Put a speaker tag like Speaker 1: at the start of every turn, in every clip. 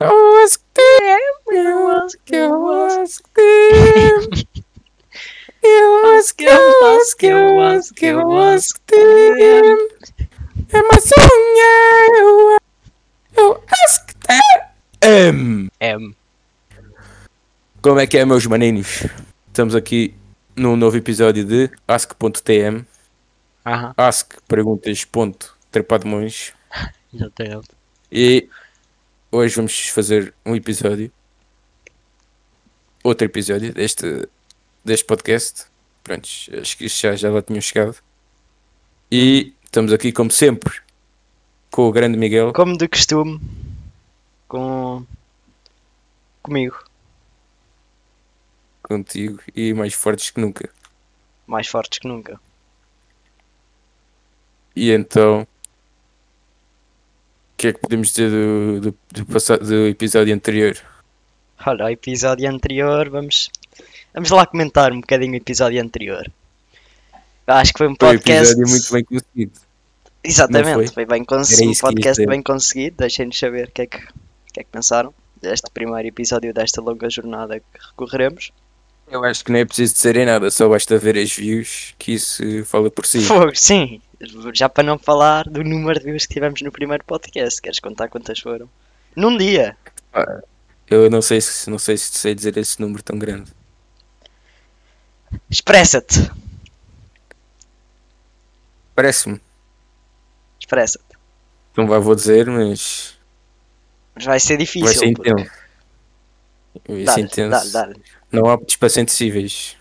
Speaker 1: Oh, ask them, you ask, you ask them. You ask, you ask, you ask, you ask them. É uma sonha, eu, eu ask them.
Speaker 2: M.
Speaker 1: Como é que é, meus maninhos? Estamos aqui num novo episódio de Ask.tm.
Speaker 2: Aham,
Speaker 1: Ask, perguntas, ponto, trepadmões.
Speaker 2: exatamente.
Speaker 1: E hoje vamos fazer um episódio. Outro episódio deste, deste podcast. Prontos, acho que isto já, já lá tinham chegado. E estamos aqui, como sempre, com o grande Miguel.
Speaker 2: Como de costume, com. comigo,
Speaker 1: contigo e mais fortes que nunca.
Speaker 2: mais fortes que nunca.
Speaker 1: E então, o que é que podemos dizer do, do, do, passa- do episódio anterior?
Speaker 2: Olha, o episódio anterior, vamos. Vamos lá comentar um bocadinho o episódio anterior. Acho que foi um
Speaker 1: Foi um
Speaker 2: podcast.
Speaker 1: episódio muito bem conseguido. não
Speaker 2: Exatamente,
Speaker 1: foi?
Speaker 2: foi bem
Speaker 1: Era
Speaker 2: conseguido. Um
Speaker 1: isso que ia
Speaker 2: podcast
Speaker 1: dizer.
Speaker 2: bem conseguido. Deixem-nos saber o que, é que, o que é que pensaram deste primeiro episódio desta longa jornada que recorreremos.
Speaker 1: Eu acho que não é preciso dizerem nada, só basta ver as views que isso fala por si.
Speaker 2: Fogo, sim. Já para não falar do número de views que tivemos no primeiro podcast, queres contar quantas foram? Num dia!
Speaker 1: Eu não sei se não sei se sei dizer esse número tão grande.
Speaker 2: Expressa-te!
Speaker 1: Parece-me.
Speaker 2: Expressa-te.
Speaker 1: Não vá vou dizer, mas
Speaker 2: Mas vai ser difícil.
Speaker 1: vai ser
Speaker 2: porque-
Speaker 1: intenso. Vai ser
Speaker 2: Dá-lhe,
Speaker 1: intenso.
Speaker 2: dá-lhe, dá-lhe.
Speaker 1: Não há para intensíveis.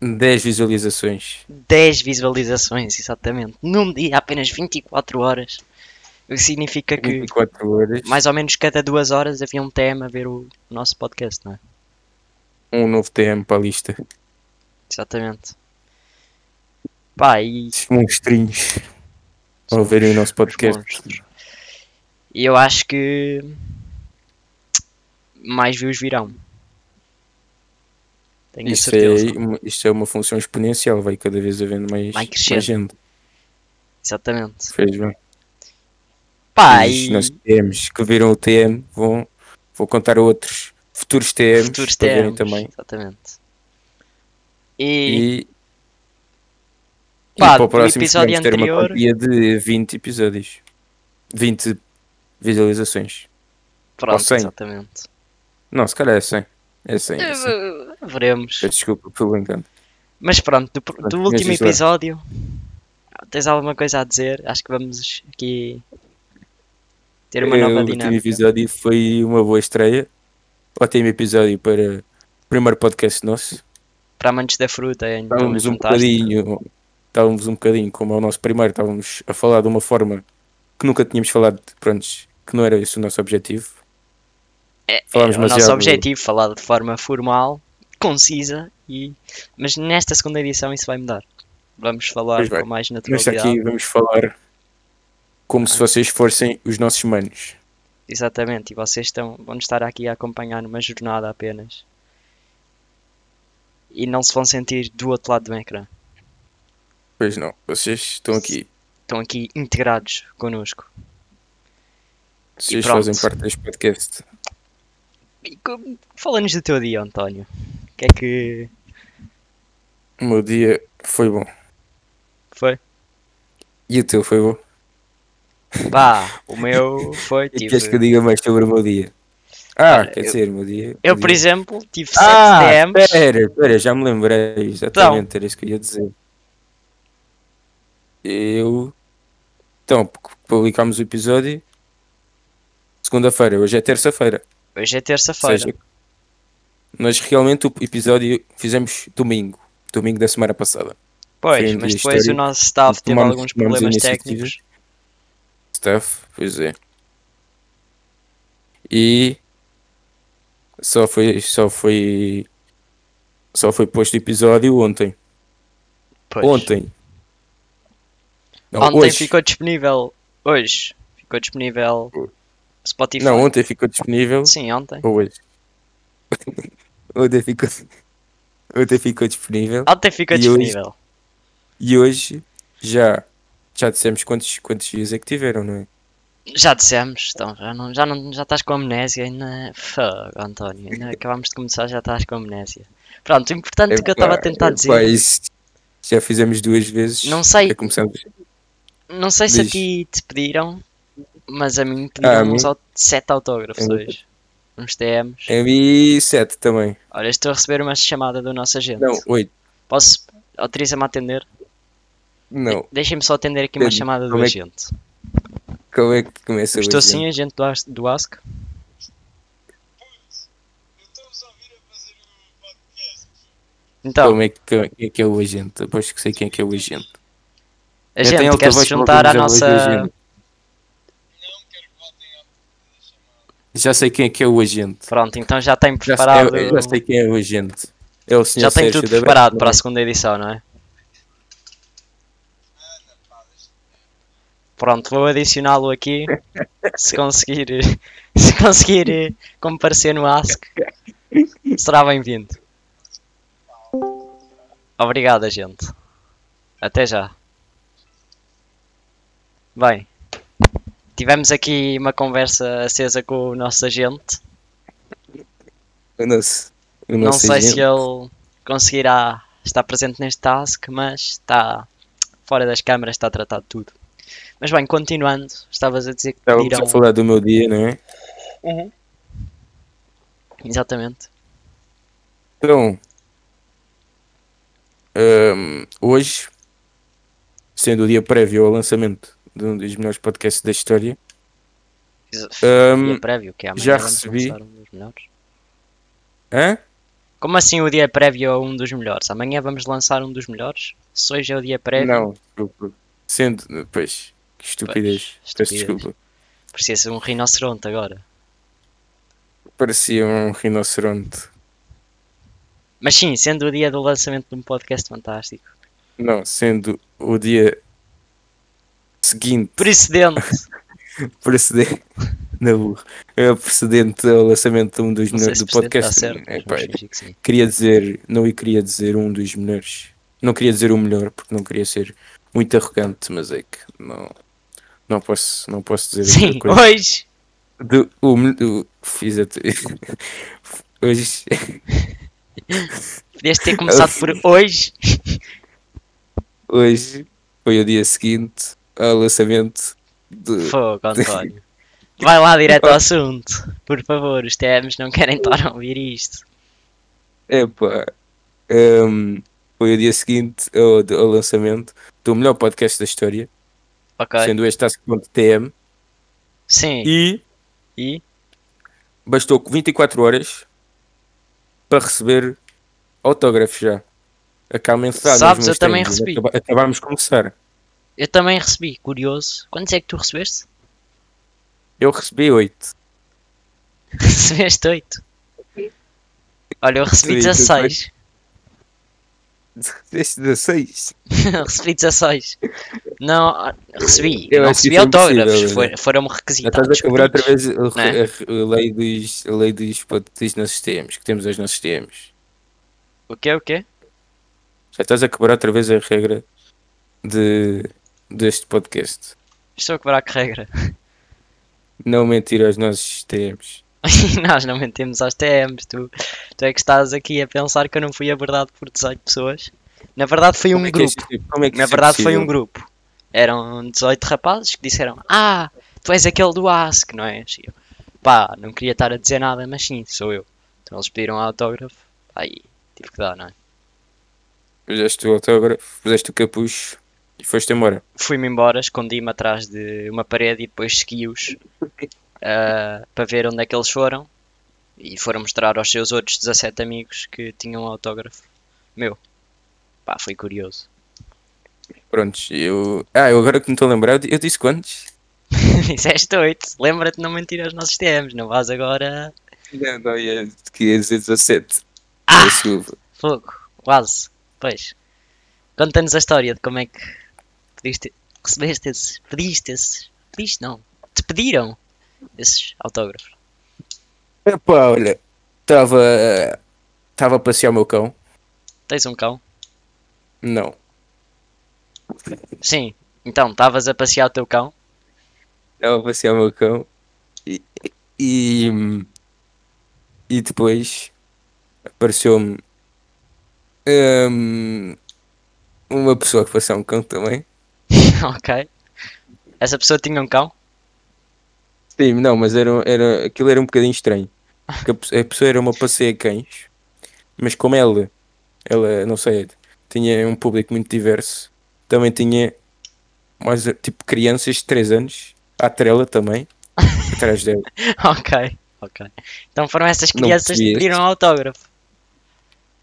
Speaker 1: 10 visualizações.
Speaker 2: 10 visualizações, exatamente. Num dia, apenas 24 horas. O que significa que
Speaker 1: 24 horas.
Speaker 2: mais ou menos cada duas horas havia um tema a ver o nosso podcast, não é?
Speaker 1: Um novo TM para a lista.
Speaker 2: Exatamente. Pá, e
Speaker 1: Esses monstrinhos. Ao ouvirem o nosso podcast.
Speaker 2: monstros. E eu acho que mais views virão. Tenho a
Speaker 1: Isto é,
Speaker 2: certeza.
Speaker 1: uma- isto é uma função exponencial. Vai cada vez havendo mais,
Speaker 2: Vai crescendo.
Speaker 1: mais gente.
Speaker 2: Exatamente.
Speaker 1: Fez bem.
Speaker 2: Pá,
Speaker 1: Os
Speaker 2: e
Speaker 1: nossos TMs que viram o TM vão, vão contar a outros futuros TMs
Speaker 2: futuros
Speaker 1: para verem
Speaker 2: termos,
Speaker 1: também.
Speaker 2: Exatamente. E,
Speaker 1: E, e
Speaker 2: Pá,
Speaker 1: para o
Speaker 2: do
Speaker 1: próximo
Speaker 2: episódio
Speaker 1: esperamos ter
Speaker 2: anterior-
Speaker 1: uma quantia de 20 episódios. 20 visualizações.
Speaker 2: pronto,
Speaker 1: cem.
Speaker 2: exatamente.
Speaker 1: Não, se calhar é 100. É 100. É 100.
Speaker 2: Veremos.
Speaker 1: Peço desculpa pelo engano.
Speaker 2: Mas pronto, do, pr- do
Speaker 1: Mas
Speaker 2: último
Speaker 1: isto é.
Speaker 2: episódio, tens alguma coisa a dizer? Acho que vamos aqui ter uma
Speaker 1: Eh,
Speaker 2: nova
Speaker 1: o último
Speaker 2: dinâmica.
Speaker 1: episódio foi uma boa estreia. Ótimo episódio para o primeiro podcast nosso.
Speaker 2: Para amantes da fruta, é, então, é
Speaker 1: Estávamos um
Speaker 2: fantástico.
Speaker 1: bocadinho, estávamos um bocadinho, como é o nosso primeiro, estávamos a falar de uma forma que nunca tínhamos falado, pronto, que não era esse o nosso objetivo. Falámos
Speaker 2: É o nosso
Speaker 1: demasiado-
Speaker 2: objetivo, falar de forma formal, concisa, e... mas nesta segunda edição isso vai mudar. Vamos falar
Speaker 1: Pois vai.
Speaker 2: com mais
Speaker 1: Nós
Speaker 2: naturalidade.
Speaker 1: aqui vamos falar como se vocês fossem os nossos manos.
Speaker 2: Exatamente, e vocês estão, vão estar aqui a acompanhar uma jornada apenas. E não se vão sentir do outro lado do ecrã.
Speaker 1: Pois não, vocês estão aqui,
Speaker 2: Estão aqui integrados connosco.
Speaker 1: vocês
Speaker 2: pronto.
Speaker 1: fazem parte deste podcast.
Speaker 2: E como- Fala-nos do teu dia, António. O que é que
Speaker 1: O meu dia foi bom.
Speaker 2: foi?
Speaker 1: E o teu foi bom?
Speaker 2: Pá, o meu foi
Speaker 1: E queres que eu
Speaker 2: tipo.
Speaker 1: diga mais sobre o meu dia? Ah,
Speaker 2: Olha,
Speaker 1: quer
Speaker 2: eu-
Speaker 1: dizer, o meu dia.
Speaker 2: Eu,
Speaker 1: o
Speaker 2: por
Speaker 1: dia-
Speaker 2: exemplo, tive 7
Speaker 1: Ah,
Speaker 2: DMs.
Speaker 1: espera, espera, já me lembrei, exatamente, era isso que eu ia dizer. Eu. Então, p- publicámos o episódio segunda-feira, hoje é terça-feira.
Speaker 2: Hoje é
Speaker 1: Ou
Speaker 2: terça-feira.
Speaker 1: seja, nós realmente o episódio fizemos domingo, domingo da semana passada.
Speaker 2: Pois,
Speaker 1: Foi um
Speaker 2: mas
Speaker 1: dia
Speaker 2: depois o
Speaker 1: histórico.
Speaker 2: nosso staff teve
Speaker 1: Tomamos-
Speaker 2: alguns
Speaker 1: tomamos
Speaker 2: problemas
Speaker 1: iniciativa.
Speaker 2: técnicos.
Speaker 1: Stuff, pois é. E só foi, só foi, só foi posto o episódio ontem.
Speaker 2: Pois.
Speaker 1: Ontem. Não,
Speaker 2: Ontem
Speaker 1: hoje.
Speaker 2: ficou disponível. Hoje ficou disponível Spotify.
Speaker 1: Não, ontem ficou disponível.
Speaker 2: Sim, ontem.
Speaker 1: Ou hoje. ontem ficou. Ontem ficou disponível.
Speaker 2: Ontem ficou
Speaker 1: E hoje-
Speaker 2: disponível.
Speaker 1: E hoje já, já dissemos quantos, quantos dias é que tiveram, não é?
Speaker 2: Já dissemos, então já não, já não já estás com amnésia ainda. Fuck, António, ainda acabámos de começar, já estás com amnésia. Pronto, o importante que eu estava a tentar dizer.
Speaker 1: já fizemos duas vezes.
Speaker 2: Não sei.
Speaker 1: Já começamos.
Speaker 2: Não sei se a
Speaker 1: Diz.
Speaker 2: ti te pediram, mas a mim
Speaker 1: Ah, a
Speaker 2: pediram
Speaker 1: mim?
Speaker 2: uns aut- sete autógrafos
Speaker 1: Eu-
Speaker 2: hoje. Uns TMs.
Speaker 1: Eu vi sete também.
Speaker 2: Olha, estou a receber uma chamada do nosso agente.
Speaker 1: Não, oito.
Speaker 2: Posso. Autoriza-me a atender?
Speaker 1: Não.
Speaker 2: Deixem-me só atender aqui uma
Speaker 1: Entendi.
Speaker 2: chamada do
Speaker 1: Como é que-
Speaker 2: agente.
Speaker 1: Como é que começa o
Speaker 2: Estou sim,
Speaker 1: agente?
Speaker 2: agente do, As- do ASC. Então,
Speaker 1: Como é que, como é que é o agente? Aposto que sei quem é que é o agente.
Speaker 2: a
Speaker 1: Eu tenho
Speaker 2: gente
Speaker 1: alta
Speaker 2: quer se
Speaker 1: voz para
Speaker 2: juntar à
Speaker 1: ouvir a voz do
Speaker 2: nossa.
Speaker 1: agente. Já sei quem é que é o agente.
Speaker 2: Pronto, então já tem
Speaker 1: Já,
Speaker 2: preparado.
Speaker 1: sei, eu- já sei quem é o agente. É o senhor
Speaker 2: Já tem
Speaker 1: Sérgio da
Speaker 2: tudo
Speaker 1: Beira.
Speaker 2: preparado para a segunda edição, não é? Pronto, vou adicioná-lo aqui. Se conseguir, se conseguir eh, comparecer no ASC, será bem-vindo. Obrigado, gente. Até já. Bem, tivemos aqui uma conversa acesa com o nosso agente.
Speaker 1: O nosso, o
Speaker 2: Não
Speaker 1: nosso
Speaker 2: sei
Speaker 1: agente.
Speaker 2: se ele conseguirá estar presente neste task, mas está fora das câmaras, está a tratar de tudo. Mas bem, continuando, estavas a dizer que
Speaker 1: Estávamos
Speaker 2: pediram.
Speaker 1: a É falar do meu dia, não é?
Speaker 2: Exatamente.
Speaker 1: Então, hum, hoje, sendo o dia prévio ao lançamento de um dos melhores podcasts da história,
Speaker 2: dia
Speaker 1: hum,
Speaker 2: prévio, que é amanhã
Speaker 1: já
Speaker 2: vamos
Speaker 1: recebi.
Speaker 2: lançar um dos melhores.
Speaker 1: hã?
Speaker 2: Como assim o dia prévio a um dos melhores? Amanhã vamos lançar um dos melhores? Se hoje é o dia prévio,
Speaker 1: não, desculpa. sendo, pois, que estupidez, peço
Speaker 2: estupidez.
Speaker 1: desculpa.
Speaker 2: precisa ser um rinoceronte agora.
Speaker 1: Parecia um rinoceronte.
Speaker 2: Mas sim, sendo o dia do lançamento de um podcast fantástico.
Speaker 1: Não, sendo o dia seguinte,
Speaker 2: Precedente!
Speaker 1: precedente, na burra, é o precedente ao lançamento de um dos
Speaker 2: Não sei
Speaker 1: melhores
Speaker 2: se
Speaker 1: do
Speaker 2: o precedente está
Speaker 1: podcast.
Speaker 2: certo,
Speaker 1: É,
Speaker 2: mas
Speaker 1: pá,
Speaker 2: vamos fingir que sim.
Speaker 1: queria dizer, não e queria dizer um dos melhores. Não queria dizer o melhor porque não queria ser muito arrogante, mas é que não não posso, não posso dizer outra
Speaker 2: Sim,
Speaker 1: coisa.
Speaker 2: hoje!
Speaker 1: Do- o, mel- o- fiz até- hoje
Speaker 2: Podias ter começado por hoje.
Speaker 1: hoje foi o dia seguinte ao lançamento de
Speaker 2: Fogo, António.
Speaker 1: Tipo,
Speaker 2: Vai lá direto ao assunto. Por favor, os TMs não querem estar a ouvir isto.
Speaker 1: Epá, hum, foi o dia seguinte ao, ao lançamento do melhor podcast da história,
Speaker 2: Ok?
Speaker 1: sendo este task.tm
Speaker 2: Sim.
Speaker 1: e
Speaker 2: E?
Speaker 1: bastou 24 horas para receber autógrafos já. A cá mensagem.
Speaker 2: Sabes, eu também recebi.
Speaker 1: Acabámos de começar.
Speaker 2: Eu também recebi, curioso. Quantos é que tu recebeste?
Speaker 1: Eu recebi 8.
Speaker 2: Recebeste 8. Olha, eu recebi
Speaker 1: Sim,
Speaker 2: 16.
Speaker 1: Recebeste 16.
Speaker 2: recebi 16. Não, recebi.
Speaker 1: Eu
Speaker 2: não
Speaker 1: acho que isso
Speaker 2: recebi
Speaker 1: é
Speaker 2: autógrafos.
Speaker 1: impossível,
Speaker 2: Foi, foram-me
Speaker 1: Já estás a
Speaker 2: requisitados.
Speaker 1: quebrar outra
Speaker 2: pedidos.
Speaker 1: vez a,
Speaker 2: não é?
Speaker 1: a- a lei dos, a lei dos, dos nossos TMs, que temos aos nossos TMs.
Speaker 2: O quê? O quê?
Speaker 1: Já estás a quebrar outra vez a regra de, deste podcast.
Speaker 2: Estou a quebrar que regra.
Speaker 1: Não mentir aos nossos TMs.
Speaker 2: Nós não mentimos aos TMs, tu, tu é que estás aqui a pensar que eu não fui abordado por 18 pessoas. Na verdade foi um
Speaker 1: Como é que é
Speaker 2: grupo.
Speaker 1: isto- como é que
Speaker 2: Na
Speaker 1: isso é
Speaker 2: verdade foi um
Speaker 1: possível?
Speaker 2: grupo. Eram 18 rapazes que disseram: Ah, tu és aquele do ASC, não és? E eu, Pá, não queria estar a dizer nada, mas sim, sou eu. Então eles pediram autógrafo, aí tive que dar, não é?
Speaker 1: Fizeste o autógrafo, fizeste o capucho e foste embora.
Speaker 2: Fui-me embora, escondi-me atrás de uma parede e depois segui-os ah, para ver onde é que eles foram. E foram mostrar aos seus outros 17 amigos que tinham um autógrafo meu. Pá, foi curioso.
Speaker 1: Prontos, eu. Ah, eu agora que me estou a lembrar, eu di- eu disse quantos?
Speaker 2: Disseste 8, lembra-te de não mentir aos nossos TMs, não vás agora.
Speaker 1: Não, não, ia, queria dizer 17.
Speaker 2: Ah!
Speaker 1: Desculpa.
Speaker 2: Fogo, quase. Pois. Conta-nos a história de como é que pediste, recebeste esses, pediste esses, pediste não, te pediram esses autógrafos.
Speaker 1: Epá, olha, estava. Estava a passear o meu cão.
Speaker 2: Tens um cão?
Speaker 1: Não.
Speaker 2: Sim. Então, estavas a passear o teu cão
Speaker 1: Estava a passear o meu cão e, e, e depois apareceu-me hum, uma pessoa que passou um cão também.
Speaker 2: ok. Essa pessoa tinha um cão?
Speaker 1: Sim, não, mas era, era, aquilo era um bocadinho estranho. Porque a pe- a pessoa era uma passeia cães, mas como ela, ela, não sei, tinha um público muito diverso, também tinha mais tipo crianças de 3 anos, à trela também, atrás dela.
Speaker 2: ok. Ok. Então foram essas
Speaker 1: Não
Speaker 2: crianças que
Speaker 1: percebi
Speaker 2: te pediram um autógrafo.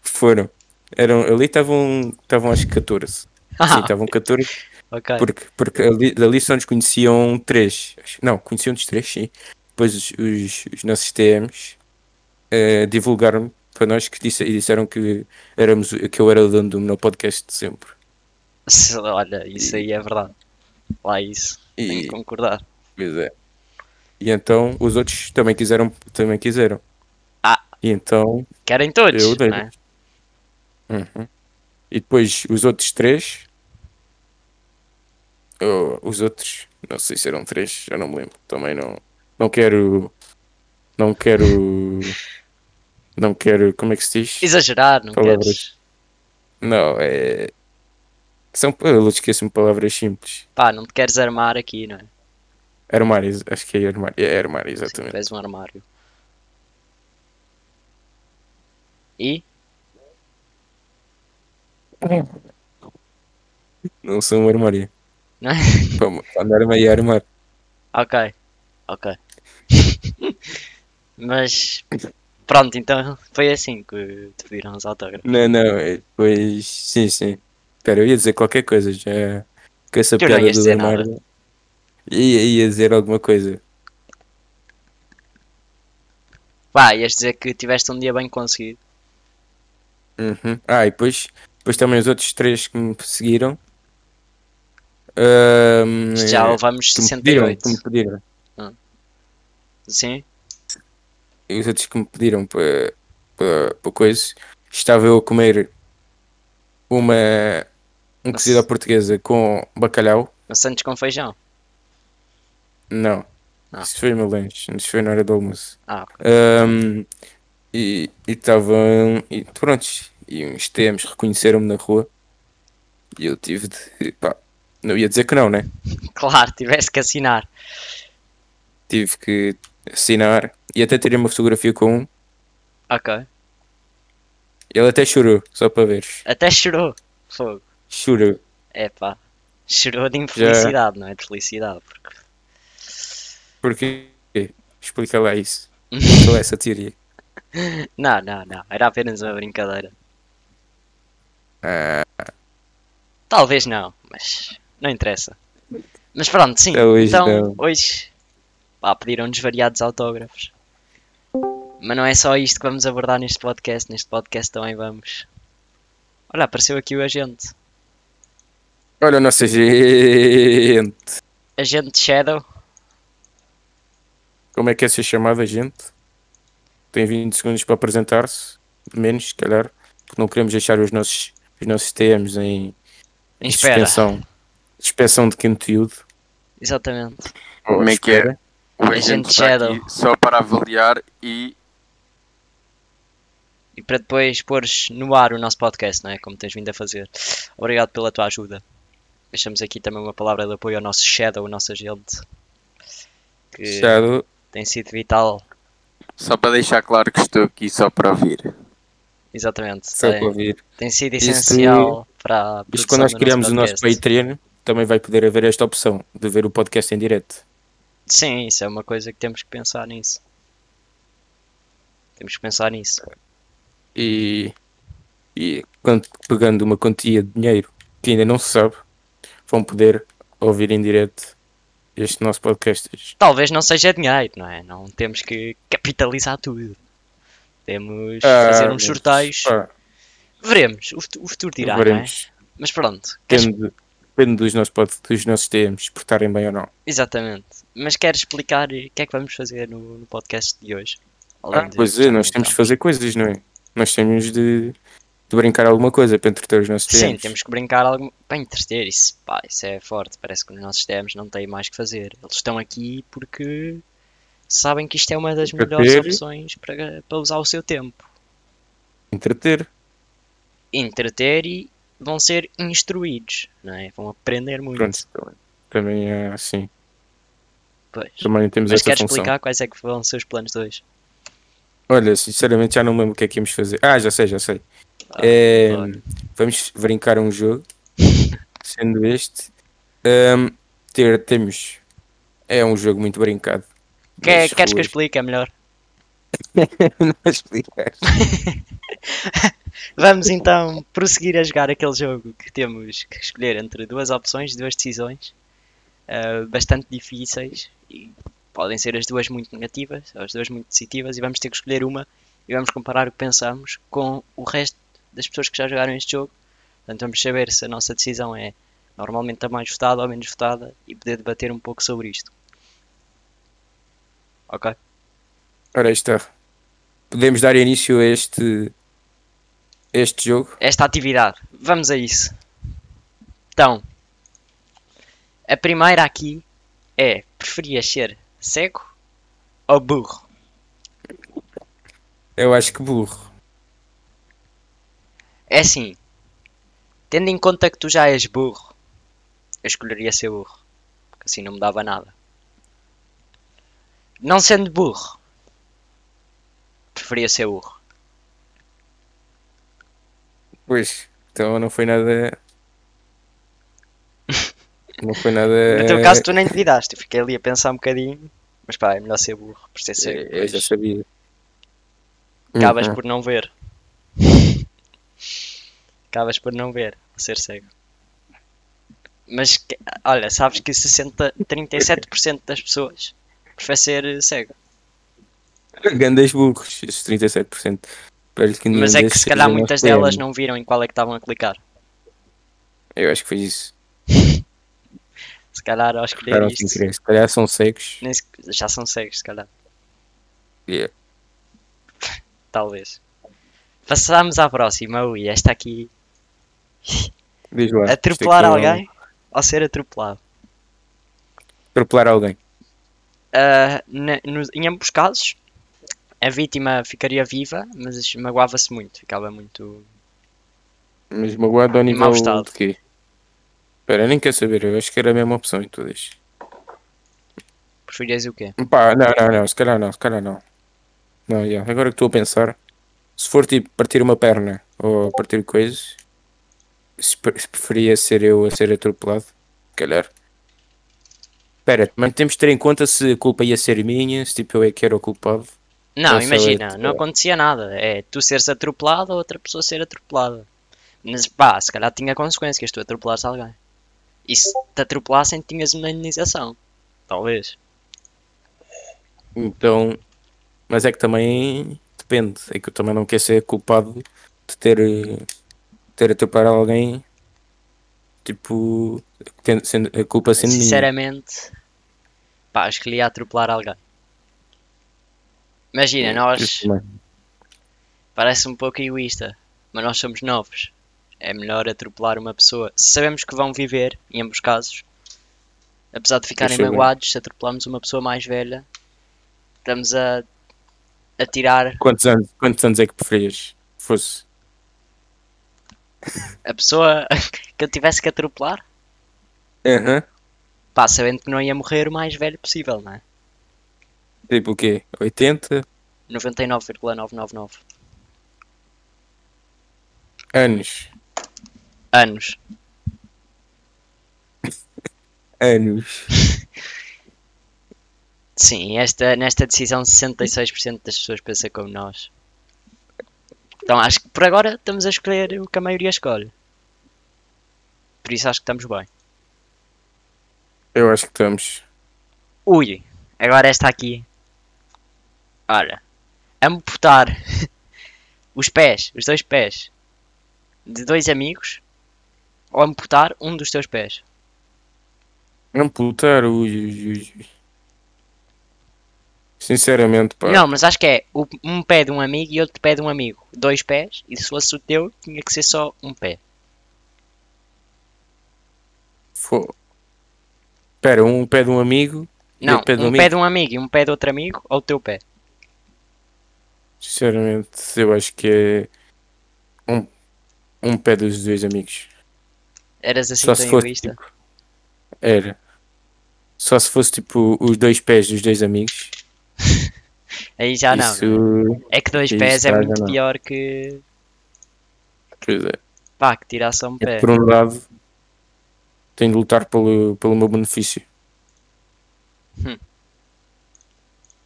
Speaker 1: Foram. Eram, ali estavam, estavam acho que 14. Sim, estavam 14,
Speaker 2: ok.
Speaker 1: porque, porque ali, dali só nos conheciam 3. Não, conheciam-nos 3, sim. Depois os, os, os nossos TMs eh, divulgaram para nós que disse, e disseram que, éramos, que eu era o dono do meu podcast de sempre.
Speaker 2: Se- Olha, isso aí é verdade. Lá isso. Tenho que
Speaker 1: E,
Speaker 2: concordar.
Speaker 1: pois é. e então os outros também quiseram. Também quiseram.
Speaker 2: Ah.
Speaker 1: E então
Speaker 2: Querem todos,
Speaker 1: Eu dei.
Speaker 2: não é?
Speaker 1: Uhum. E depois os outros três. ou os outros. Não sei se eram três, já não me lembro. Também não. Não quero. Não quero. Não quero. Como é que se diz?
Speaker 2: Exagerar, não
Speaker 1: Palavras.
Speaker 2: queres?
Speaker 1: Não, é. São. Eu esqueço-me de palavras simples.
Speaker 2: Pá, não te queres armar aqui, não é?
Speaker 1: Armário, acho que é armário. É armário,
Speaker 2: Tu
Speaker 1: exatamente.
Speaker 2: és um armário. E?
Speaker 1: Não sou um armário.
Speaker 2: Não é?
Speaker 1: Vamos, andar-me aí a armar.
Speaker 2: Ok. Ok. Mas. Pronto, então foi assim que te pediram os autógrafos.
Speaker 1: Não, não, é, depois. Sim, sim. Espera, eu ia dizer qualquer coisa já. Com essa
Speaker 2: Tu não
Speaker 1: piada
Speaker 2: ias
Speaker 1: do
Speaker 2: dizer nada.
Speaker 1: Leonardo. Ia, ia dizer alguma coisa.
Speaker 2: Pá, ias dizer que tiveste um dia bem conseguido.
Speaker 1: Uhum. Ah, e depois, depois também os outros três que me perseguiram. Ahm,
Speaker 2: Isto já
Speaker 1: é,
Speaker 2: levamos
Speaker 1: que me pediram,
Speaker 2: 68.
Speaker 1: que me pediram.
Speaker 2: Sim?
Speaker 1: E os outros que me pediram para para para coisa. Estava eu a comer uma. Um
Speaker 2: Nossa.
Speaker 1: cozido à portuguesa com bacalhau.
Speaker 2: Santos com feijão.
Speaker 1: Não.
Speaker 2: Ah.
Speaker 1: Isso foi o meu lanche. Isso foi na hora do almoço.
Speaker 2: Ah, ok.
Speaker 1: É. Ahm, e estavam. E prontos. E uns TMs reconheceram-me na rua. E eu tive de. Pá, não ia dizer que não, né?
Speaker 2: Claro, tiveste que assinar.
Speaker 1: Tive que assinar. E até tirei uma fotografia com um.
Speaker 2: Ok.
Speaker 1: Ele até chorou, só para veres.
Speaker 2: Até chorou. Fogo.
Speaker 1: Chorou.
Speaker 2: É pá. Chorou de infelicidade, não é de felicidade. Porque...
Speaker 1: Porquê? Explica lá isso. Explica lá essa teoria.
Speaker 2: Não, não, não. Era apenas uma brincadeira.
Speaker 1: Ah,
Speaker 2: Talvez não, mas não interessa. Mas pronto, sim.
Speaker 1: Talvez
Speaker 2: então,
Speaker 1: não.
Speaker 2: hoje, pá, pediram-nos variados autógrafos. Mas não é só isto que vamos abordar neste podcast. Neste podcast também vamos. Olha, apareceu aqui o agente.
Speaker 1: olha a nossa gente.
Speaker 2: Agente Shadow.
Speaker 1: Como é que é ser chamada, gente? Tem 20 segundos para apresentar-se. Menos, se calhar. Porque não queremos deixar os nossos, os nossos TMs em,
Speaker 2: Em
Speaker 1: em
Speaker 2: espera.
Speaker 1: suspensão. Suspensão de conteúdo.
Speaker 2: Exatamente.
Speaker 3: Como é que é?
Speaker 1: Espera.
Speaker 3: O agente está
Speaker 2: Shadow.
Speaker 3: aqui só para avaliar e
Speaker 2: E para depois pôres no ar o nosso podcast, não é? Como tens vindo a fazer. Obrigado pela tua ajuda. Deixamos aqui também uma palavra de apoio ao nosso Shadow, o nosso agente. Que
Speaker 1: Fechado.
Speaker 2: tem sido vital.
Speaker 3: só para deixar claro que estou aqui só para ouvir.
Speaker 2: Exatamente.
Speaker 1: Só
Speaker 2: tem,
Speaker 1: para ouvir.
Speaker 2: tem sido
Speaker 1: Isso-
Speaker 2: essencial para a
Speaker 1: Isto
Speaker 2: produção
Speaker 1: quando nós
Speaker 2: do
Speaker 1: criamos o nosso
Speaker 2: podcast.
Speaker 1: Patreon, também vai poder haver esta opção de ver o podcast em direto.
Speaker 2: Sim, isso é uma coisa que temos que pensar nisso. Temos que pensar nisso.
Speaker 1: E, e quando, pegando uma quantia de dinheiro que ainda não se sabe, vão poder ouvir em direto este nosso podcast.
Speaker 2: Talvez não seja dinheiro, não é? Não temos que capitalizar tudo. Temos que fazer um
Speaker 1: Ah,
Speaker 2: uns sorteios.
Speaker 1: pá,
Speaker 2: Veremos. O futu- o futuro, dirá, não é?
Speaker 1: veremos.
Speaker 2: Mas pronto. queres-
Speaker 1: Depende, depende dos, nossos, pod- dos nossos TMs portarem bem ou não.
Speaker 2: Exatamente. Mas queres explicar o que é que vamos fazer no, no podcast de hoje? Além
Speaker 1: Ah,
Speaker 2: de- tá
Speaker 1: pois é, nós é? temos de fazer coisas, não é? Nós temos de de brincar alguma coisa para entreter os nossos
Speaker 2: Sim,
Speaker 1: clientes.
Speaker 2: temos que brincar algo para entreter. Isso, pá, isso é forte. Parece que os nossos TMs não têm mais que fazer. Eles estão aqui porque sabem que isto é uma das
Speaker 1: Para
Speaker 2: melhores
Speaker 1: ter.
Speaker 2: opções para, para usar o seu tempo.
Speaker 1: Entreter.
Speaker 2: Entreter e vão ser instruídos, não é? Vão aprender muito.
Speaker 1: Pronto. Também é assim.
Speaker 2: Pois.
Speaker 1: Também temos
Speaker 2: Mas
Speaker 1: essa
Speaker 2: queres
Speaker 1: função.
Speaker 2: explicar quais é que vão ser os planos de hoje?
Speaker 1: Olha, sinceramente já não me lembro o que é que íamos fazer. Ah, já sei, já sei.
Speaker 2: Ah,
Speaker 1: É,
Speaker 2: olha.
Speaker 1: vamos brincar um jogo, sendo este. hum, ter, temos. É um jogo muito brincado.
Speaker 2: Quer-
Speaker 1: Nas
Speaker 2: queres que eu
Speaker 1: ruas.
Speaker 2: explique? É melhor.
Speaker 1: Não explicar.
Speaker 2: Vamos então prosseguir a jogar aquele jogo que temos que escolher entre duas opções, duas decisões ah, bastante difíceis e podem ser as duas muito negativas ou as duas muito positivas e vamos ter que escolher uma e vamos comparar o que pensamos com o resto das pessoas que já jogaram este jogo. Portanto, vamos saber se a nossa decisão é normalmente a mais votada ou menos votada e poder debater um pouco sobre isto. Ok?
Speaker 1: Ora, aí está. Podemos dar início a este. Este jogo.
Speaker 2: esta atividade. Vamos a isso. Então, a primeira aqui é: preferias ser cego ou burro?
Speaker 1: Eu acho que burro.
Speaker 2: É assim, tendo em conta que tu já és burro, eu escolheria ser burro, porque assim não me dava nada. Não sendo burro, preferia ser burro.
Speaker 1: Pois. Então não foi nada. Não foi nada.
Speaker 2: No teu caso, tu nem te vidaste, eu fiquei ali a pensar um bocadinho, mas pá, é melhor ser burro, por ser cego.
Speaker 1: Eu já
Speaker 2: pois
Speaker 1: sabia.
Speaker 2: Acabas
Speaker 1: Uhum.
Speaker 2: por não ver. Acabas por não ver, a ser cego. Mas, que- olha, sabes que 60, 37% das pessoas prefere ser cego.
Speaker 1: Grandes burros, esses 37%. Espero que nenhum
Speaker 2: Mas é que
Speaker 1: desses
Speaker 2: se calhar
Speaker 1: seja
Speaker 2: muitas
Speaker 1: nosso
Speaker 2: delas
Speaker 1: PM.
Speaker 2: não viram em qual é que estavam a clicar.
Speaker 1: Eu acho que foi isso.
Speaker 2: Se calhar ao
Speaker 1: Ficaram
Speaker 2: escolher
Speaker 1: sem
Speaker 2: isto,
Speaker 1: querer. Se calhar são cegos.
Speaker 2: nem se- já são cegos, se calhar.
Speaker 1: Yeah.
Speaker 2: Talvez. Passamos à próxima, ui, esta aqui.
Speaker 1: Diz lá,
Speaker 2: Atropelar
Speaker 1: isto é que eu-
Speaker 2: alguém ou ser atropelado?
Speaker 1: Atropelar alguém.
Speaker 2: Ah, na- no- em ambos os casos, a vítima ficaria viva, mas magoava-se muito, ficava muito.
Speaker 1: Mas magoado ao nível
Speaker 2: Mau estado.
Speaker 1: de quê? Espera, eu nem quero saber. Eu acho que era a mesma opção em todas.
Speaker 2: Preferias o quê?
Speaker 1: Pá, não, não, não. Se calhar não, se calhar não. Não, yeah. agora que estou a pensar. Se for tipo partir uma perna ou partir coisas, se pre- se preferia ser eu a ser atropelado. Se calhar. Espera, mas temos de ter em conta se a culpa ia ser minha, se tipo eu é que era o culpado.
Speaker 2: Não,
Speaker 1: Essa é
Speaker 2: imagina,
Speaker 1: outra.
Speaker 2: não acontecia nada. É tu seres atropelado ou outra pessoa ser atropelada. Mas pá, se calhar tinha consequências tu atropelares alguém. E se te atropelassem, tinhas uma indenização. Talvez.
Speaker 1: Então, mas é que também depende. É que eu também não quero ser culpado de ter, eh, ter atropelado alguém, tipo, tendo, sendo, a culpa sendo minha.
Speaker 2: Sinceramente, pá, escolhi atropelar alguém. Imagina, nós.
Speaker 1: Isso também.
Speaker 2: Parece um pouco egoísta, mas nós somos novos. É melhor atropelar uma pessoa. Se sabemos que vão viver, em ambos casos, apesar de ficarem
Speaker 1: Deixa eu ver.
Speaker 2: magoados, se atropelarmos uma pessoa mais velha, estamos a, a tirar
Speaker 1: Quantos anos, quantos anos é que preferias que fosse?
Speaker 2: a pessoa que eu tivesse que atropelar,
Speaker 1: Aham.
Speaker 2: pá, sabendo que não ia morrer o mais velho possível, não é?
Speaker 1: Tipo o quê? 80
Speaker 2: 99,999
Speaker 1: anos.
Speaker 2: anos.
Speaker 1: Anos.
Speaker 2: Sim, esta, nesta decisão 66% das pessoas pensa como nós. Então acho que por agora estamos a escolher o que a maioria escolhe. Por isso acho que estamos bem.
Speaker 1: Eu acho que estamos.
Speaker 2: Ui, agora esta aqui. Ora, amputar os pés, os dois pés, de dois amigos ou amputar um dos teus pés.
Speaker 1: É um Amputar, ui, ui, ui, ui. Sinceramente, pá.
Speaker 2: Não, mas acho que é o- um pé de um amigo e outro pé de um amigo. Dois pés, e se fosse o teu, tinha que ser só um pé.
Speaker 1: Fo... Pera, um pé de um amigo. e
Speaker 2: Não,
Speaker 1: outro pé de um
Speaker 2: um
Speaker 1: amigo.
Speaker 2: pé de um amigo e um pé de outro amigo, ou o teu pé. um-
Speaker 1: Sinceramente, eu acho que é um, um pé dos dois amigos.
Speaker 2: Eras assim
Speaker 1: Só se
Speaker 2: tão
Speaker 1: fosse
Speaker 2: egoísta.
Speaker 1: tipo, Era. Só se fosse tipo os dois pés dos dois amigos.
Speaker 2: Aí já Ah, não.
Speaker 1: Isso.
Speaker 2: É que dois
Speaker 1: isso
Speaker 2: pés é
Speaker 1: já
Speaker 2: muito
Speaker 1: não.
Speaker 2: pior que.
Speaker 1: Pois é.
Speaker 2: Pá, que tirar só um
Speaker 1: É
Speaker 2: pé.
Speaker 1: que, Por um lado, tenho de lutar pelo, pelo meu benefício.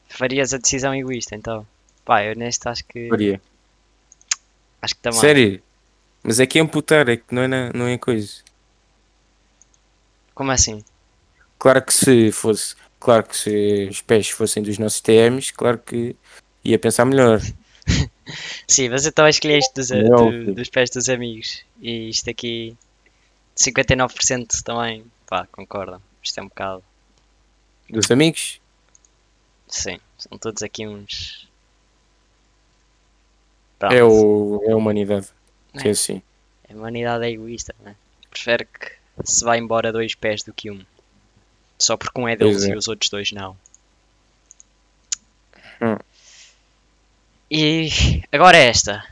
Speaker 2: Farias a decisão egoísta, então. Pá, eu neste acho que.
Speaker 1: Faria.
Speaker 2: Acho que tá também.
Speaker 1: Sério? Mas é que é amputar, é que não é, na- não é coisa.
Speaker 2: Como assim?
Speaker 1: Claro que se fosse, claro que se os pés fossem dos nossos TMs, claro que ia pensar melhor.
Speaker 2: Sim, mas então escolheste dos,
Speaker 1: É
Speaker 2: do-
Speaker 1: óbvio.
Speaker 2: dos pés dos amigos. E isto aqui. 59% também. Pá, concordam. Isto é um bocado.
Speaker 1: Dos amigos?
Speaker 2: Sim, são todos aqui uns.
Speaker 1: É,
Speaker 2: Pronto,
Speaker 1: o, é a humanidade. Que é assim.
Speaker 2: A humanidade é egoísta, né? Prefere que se vá embora dois pés do que um. Só porque um é
Speaker 1: Pois
Speaker 2: deles
Speaker 1: é.
Speaker 2: e os outros dois não.
Speaker 1: Hum.
Speaker 2: E agora é esta.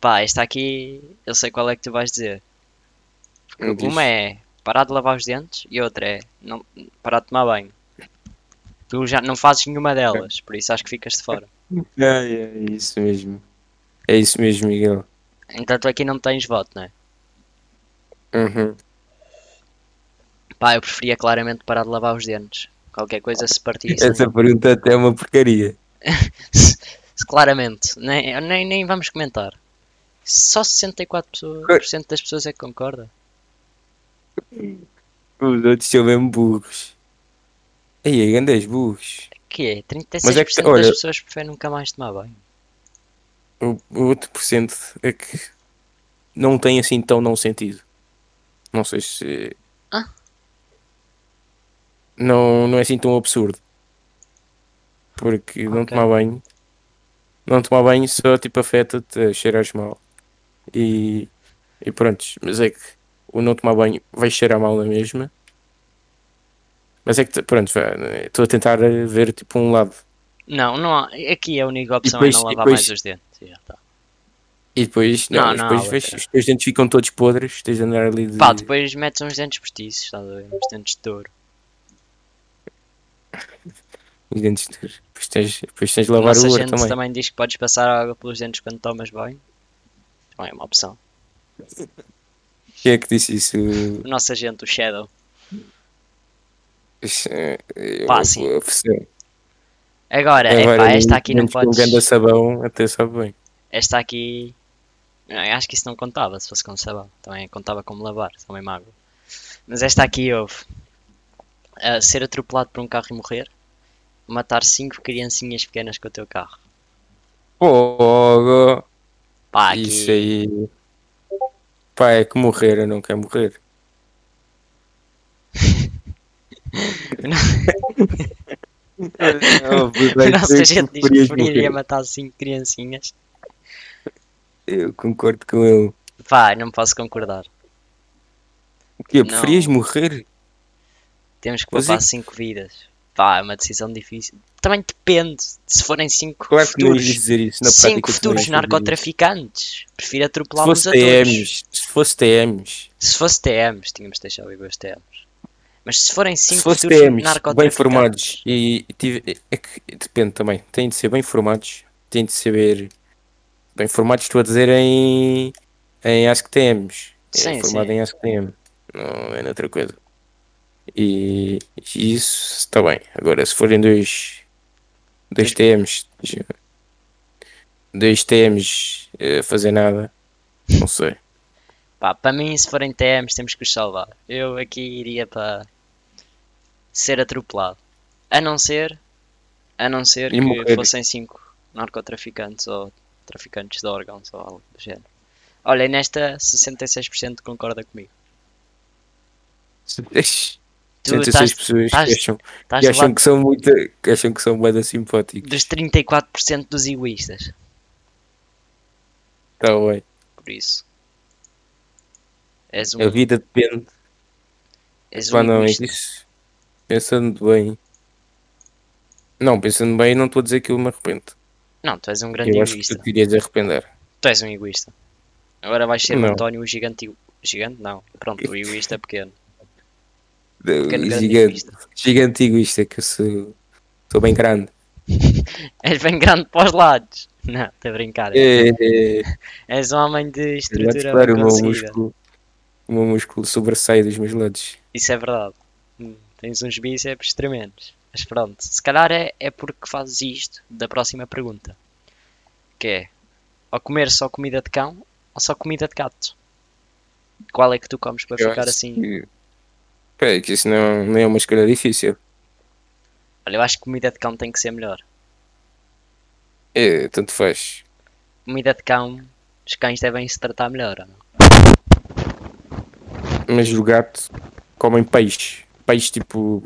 Speaker 2: Pá, esta aqui eu sei qual é que tu vais dizer. Porque
Speaker 1: Diz.
Speaker 2: uma é parar de lavar os dentes e outra é não, parar de tomar banho. Tu já não fazes nenhuma delas, por isso acho que ficas de fora.
Speaker 1: É, é isso mesmo. É isso mesmo, Miguel.
Speaker 2: Então tu aqui não tens voto, não é?
Speaker 1: Uhum.
Speaker 2: Pá, eu preferia claramente parar de lavar os dentes. Qualquer coisa se partisse.
Speaker 1: Essa pergunta até é uma porcaria.
Speaker 2: Se- se claramente. Nem, nem, nem vamos comentar. Só 64% das pessoas é que concorda.
Speaker 1: Os outros são mesmo burros. Aí, é grandes burros.
Speaker 2: Que é? 36%
Speaker 1: Mas é que, olha-
Speaker 2: das pessoas preferem nunca mais tomar banho.
Speaker 1: O, o outro porcento é que não tem assim tão não sentido. Não sei se. é-
Speaker 2: Ah.
Speaker 1: Não, não é assim tão absurdo. Porque não
Speaker 2: Ok.
Speaker 1: tomar banho. Não tomar banho só tipo afeta-te, cheiras mal. E. E pronto. Mas é que o não tomar banho vai cheirar mal na mesma. Mas é que, pronto, vá, estou a tentar eh, ver tipo um lado.
Speaker 2: Não, não há. Aqui a única opção
Speaker 1: depois-
Speaker 2: é não
Speaker 1: e
Speaker 2: lavar
Speaker 1: depois-
Speaker 2: mais os dentes. E já tá.
Speaker 1: E depois, não,
Speaker 2: Não,
Speaker 1: e
Speaker 2: não há
Speaker 1: depois
Speaker 2: outra.
Speaker 1: vês, os teus dentes ficam todos podres, tens de andar ali de.
Speaker 2: Pá, depois metes uns dentes postiços, estás a ver? Uns dentes de ouro.
Speaker 1: Os dentes duros. Depois tens, depois tens de
Speaker 2: A
Speaker 1: lavar
Speaker 2: nossa
Speaker 1: o ouro
Speaker 2: gente
Speaker 1: também.
Speaker 2: também. diz que podes passar água pelos dentes quando tomas banho. Também é uma opção.
Speaker 1: Quem é que disse isso?
Speaker 2: A nossa gente, o Shadow.
Speaker 1: Isso, é, é,
Speaker 2: Pá,
Speaker 1: o-
Speaker 2: sim.
Speaker 1: o oficial.
Speaker 2: Agora, é
Speaker 1: Agora,
Speaker 2: esta aqui não
Speaker 1: dentes com
Speaker 2: podes.
Speaker 1: ganda sabão, até sabe bem.
Speaker 2: Esta aqui. não, eu Acho que isso não contava, se fosse com sabão. Também contava como lavar, também mágoa. Mas esta aqui houve. Ah, ser atropelado por um carro e morrer. Matar cinco criancinhas pequenas com o teu carro.
Speaker 1: Fogo!
Speaker 2: Pá, aqui.
Speaker 1: Isso aí. Pá, é que morrer, eu não quero morrer. é
Speaker 2: Nossa gente diz que preferiria matar cinco criancinhas.
Speaker 1: Eu concordo com ele.
Speaker 2: Pá, não posso concordar.
Speaker 1: O quê?
Speaker 2: Não.
Speaker 1: Preferias morrer?
Speaker 2: Temos que
Speaker 1: Mas
Speaker 2: poupar
Speaker 1: e-
Speaker 2: cinco vidas. Pá, é uma decisão difícil. Também depende. Se forem cinco
Speaker 1: Claro é que não ias
Speaker 2: futuros,
Speaker 1: dizer isso. Na
Speaker 2: cinco
Speaker 1: prática, tu não
Speaker 2: futuros
Speaker 1: ias fazer isso.
Speaker 2: narcotraficantes. Prefiro
Speaker 1: Se
Speaker 2: atropelá-los
Speaker 1: fosse
Speaker 2: a todos.
Speaker 1: TMs, se fosse TMs,
Speaker 2: Se fosse TMs, tínhamos de deixar viver os TMs. Mas se forem 5
Speaker 1: se fosse
Speaker 2: futuros
Speaker 1: TMs bem
Speaker 2: narcotraficantes-
Speaker 1: formados e e tive, é que depende também, têm de ser bem formados, têm de saber bem formados, estou a dizer em em AskTMs, é
Speaker 2: Sim,
Speaker 1: formado
Speaker 2: sim.
Speaker 1: em AskTM, não é noutra coisa. E e isso está bem. Agora se forem dois dois TMs, dois TMs eh, a fazer nada, não sei.
Speaker 2: Pá, para mim, se forem TMs, temos que os salvar. Eu aqui iria para ser atropelado. A não ser, a não ser
Speaker 1: E
Speaker 2: que
Speaker 1: morrer.
Speaker 2: fossem 5 narcotraficantes ou traficantes de órgãos ou algo do género. Olha, e nesta 66% concorda comigo. Tu
Speaker 1: 106
Speaker 2: estás,
Speaker 1: pessoas que
Speaker 2: estás-
Speaker 1: acham,
Speaker 2: estás
Speaker 1: que
Speaker 2: do
Speaker 1: acham
Speaker 2: lado
Speaker 1: que são muito, que acham que são bada simpáticos.
Speaker 2: dos 34% dos egoístas.
Speaker 1: Tá bem.
Speaker 2: Por isso. És um,
Speaker 1: A vida depende.
Speaker 2: és um
Speaker 1: Pá, não, é
Speaker 2: egoísta.
Speaker 1: isso. Pensando bem. Não, pensando bem, não estou a dizer que eu me arrependo.
Speaker 2: Não, tu és um grande
Speaker 1: Eu acho que
Speaker 2: egoísta.
Speaker 1: tu querias arrepender.
Speaker 2: Tu és um egoísta. Agora vais ser
Speaker 1: Não.
Speaker 2: o António o gigante. e- Gigante? Não. Pronto, o egoísta pequeno. Pequeno grande
Speaker 1: Gigante,
Speaker 2: egoísta.
Speaker 1: gigante egoísta, Eh, que eu sou, sou bem grande.
Speaker 2: És bem grande para os lados. Não, estou a brincar.
Speaker 1: É, é, é,
Speaker 2: És um homem de
Speaker 1: mas
Speaker 2: estrutura
Speaker 1: claro, o meu
Speaker 2: bem conseguida.
Speaker 1: músculo, o meu músculo sobressai dos meus lados.
Speaker 2: Isso é verdade. Hum, Tens uns bíceps tremendos. Mas pronto, se calhar é, é porque fazes isto da próxima pergunta. Que é, ao comer só comida de cão ou só comida de gato? Qual é que tu comes para
Speaker 1: Eu
Speaker 2: ficar
Speaker 1: acho
Speaker 2: assim?
Speaker 1: que- Peraí, que isso não, não é uma escolha difícil.
Speaker 2: Olha, eu acho que comida de cão tem que ser melhor.
Speaker 1: É, tanto faz.
Speaker 2: Comida de cão, os cães devem se tratar melhor, ou não?
Speaker 1: Mas o gato comem peixe. Peixe tipo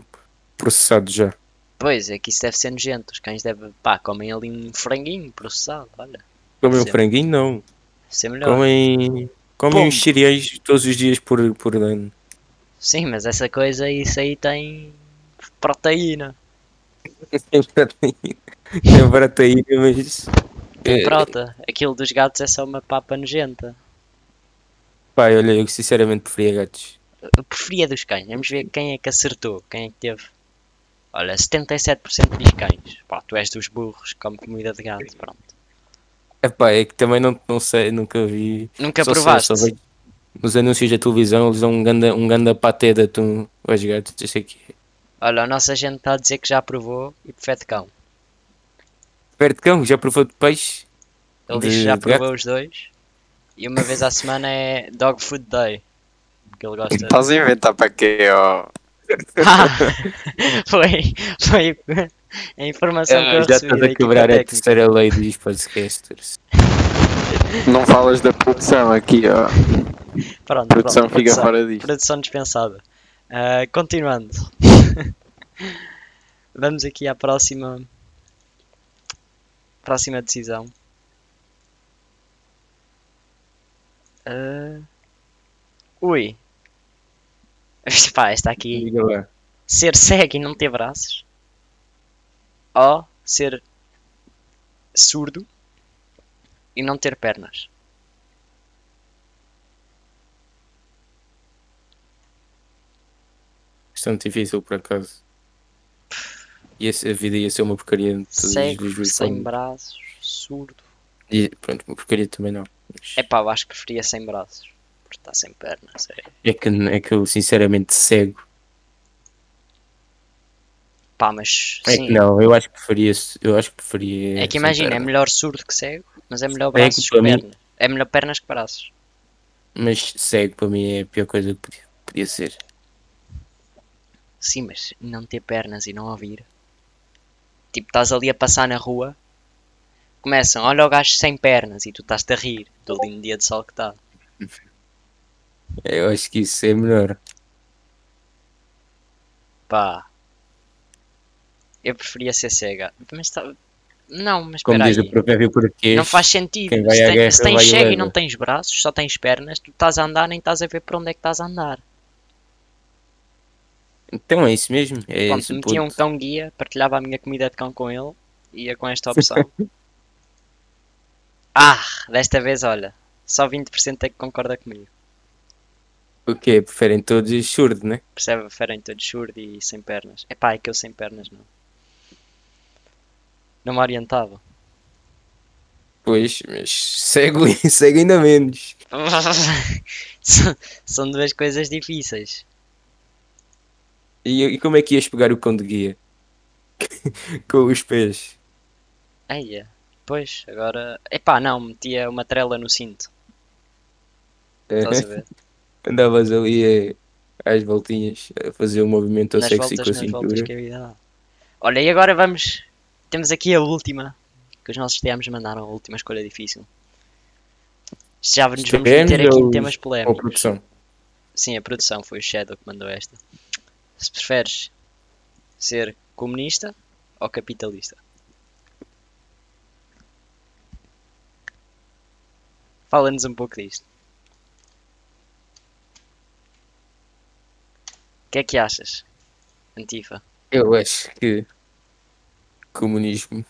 Speaker 1: processado já.
Speaker 2: Pois, é que isso deve ser nojento. Os cães devem, pá, comem ali um franguinho processado, olha. Deve
Speaker 1: Comem o
Speaker 2: Sim.
Speaker 1: franguinho não.
Speaker 2: ser melhor.
Speaker 1: Comem. Comem
Speaker 2: Pombo.
Speaker 1: os cereais todos os dias por, por ano.
Speaker 2: Sim, mas essa coisa, isso aí tem proteína.
Speaker 1: É proteína. É proteína, mas.
Speaker 2: Tem
Speaker 1: É.
Speaker 2: prota. Aquilo dos gatos é só uma papa nojenta.
Speaker 1: Pai, olha, eu sinceramente preferia gatos.
Speaker 2: Eu preferia dos cães. Vamos ver quem é que acertou. Quem é que teve. Olha, 77% diz cães. Pá, tu és dos burros, como comida de gato. Pronto.
Speaker 1: Epá, é que também não, não sei, nunca vi.
Speaker 2: Nunca
Speaker 1: Só sei,
Speaker 2: provaste.
Speaker 1: só vejo nos anúncios da televisão eles dão um ganda, um ganda paté de atum aos gatos. Eu sei que é.
Speaker 2: Olha, a nossa gente está a dizer que já provou e prefere de cão.
Speaker 1: Perto de cão, já provou de peixe?
Speaker 2: Ele
Speaker 1: De-
Speaker 2: diz que já
Speaker 1: de
Speaker 2: provou os dois. E uma vez à semana é Dog Food Day. Porque ele gosta.
Speaker 1: Tá
Speaker 3: Estás a inventar para quê, ó?
Speaker 2: Ah, foi, foi a informação que eu
Speaker 1: Ah, já
Speaker 2: recebi.
Speaker 1: estás
Speaker 2: da
Speaker 1: a
Speaker 2: equipa
Speaker 1: quebrar a
Speaker 2: técnica.
Speaker 1: terceira lei dos podcasters.
Speaker 3: Não falas da produção aqui, ó.
Speaker 2: Pronto,
Speaker 3: A produção
Speaker 2: pronto,
Speaker 3: fica
Speaker 2: produção.
Speaker 3: fora disto.
Speaker 2: Produção dispensada. Ah, continuando. Vamos aqui à próxima. Próxima decisão. Ah, Ui. Pá, esta aqui.
Speaker 1: Diga lá.
Speaker 2: Ser cego e não ter braços. Ou ser surdo e não ter pernas.
Speaker 1: Bastante difícil, por acaso. E essa- a vida ia ser uma porcaria de todos os
Speaker 2: Cego,
Speaker 1: dias.
Speaker 2: sem braços, surdo.
Speaker 1: E pronto, uma porcaria também não. Mas
Speaker 2: É pá, eu acho que preferia sem braços. Porque está sem pernas. É.
Speaker 1: É que, é que eu sinceramente cego.
Speaker 2: Pá, mas
Speaker 1: É
Speaker 2: sim.
Speaker 1: que não, eu acho que preferia. Eu acho que preferia.
Speaker 2: É que
Speaker 1: sem
Speaker 2: imagina, é
Speaker 1: perna.
Speaker 2: melhor surdo que cego, mas é melhor
Speaker 1: É que
Speaker 2: braços que,
Speaker 1: para mim-
Speaker 2: pernas. É melhor pernas que braços. é
Speaker 1: Mas cego para mim é a pior coisa que podia, podia ser.
Speaker 2: Sim, mas não ter pernas e não ouvir. Tipo, estás ali a passar na rua, começam, olha o gajo sem pernas e tu estás-te a rir do lindo dia de sol que está.
Speaker 1: Eu acho que isso é melhor.
Speaker 2: Pá. Eu preferia ser cega. Mas tá... Não, mas
Speaker 1: Como
Speaker 2: espera
Speaker 1: diz
Speaker 2: aí.
Speaker 1: o provérbio português.
Speaker 2: Não faz sentido.
Speaker 1: Quem vai
Speaker 2: se,
Speaker 1: à
Speaker 2: tem-
Speaker 1: guerra
Speaker 2: se tens
Speaker 1: vai à
Speaker 2: chega e
Speaker 1: guerra.
Speaker 2: não tens braços, só tens pernas, tu estás a andar nem estás a ver para onde é que estás a andar.
Speaker 1: Então é isso mesmo. É
Speaker 2: Pronto,
Speaker 1: esse o
Speaker 2: metia um
Speaker 1: ponto.
Speaker 2: cão guia, partilhava a minha comida de cão com ele, ia com esta opção. ah, desta vez olha, só 20% é que concorda comigo.
Speaker 1: O quê? Preferem todos os surdo, né?
Speaker 2: Percebe? Ferem todos surdo e sem pernas. Epá, é que eu sem pernas não. Não me orientava.
Speaker 1: Pois, mas cego, cego ainda menos.
Speaker 2: São- São duas coisas difíceis.
Speaker 1: E, e como é que ias pegar o cão de guia? Com os pés.
Speaker 2: Eia, é. pois, agora. Epá, não, metia uma trela no cinto, estás a ver?
Speaker 1: Andavas ali a- às voltinhas a fazer o movimento ao
Speaker 2: Nas
Speaker 1: sexy com a
Speaker 2: voltas, nas voltas
Speaker 1: cintura.
Speaker 2: que é a vida dá. Olha, e agora vamos. Temos aqui a última. Que os nossos TMs mandaram a última escolha difícil. Isto Já nos
Speaker 1: Os
Speaker 2: vamos meter
Speaker 1: TMs
Speaker 2: aqui
Speaker 1: ou
Speaker 2: em
Speaker 1: os-
Speaker 2: temas
Speaker 1: Ou
Speaker 2: polémicos.
Speaker 1: produção.
Speaker 2: Sim, a produção foi o Shadow que mandou esta. Se preferes ser comunista ou capitalista? Fala-nos um pouco disto. O que é que achas, Antifa?
Speaker 1: Eu acho que comunismo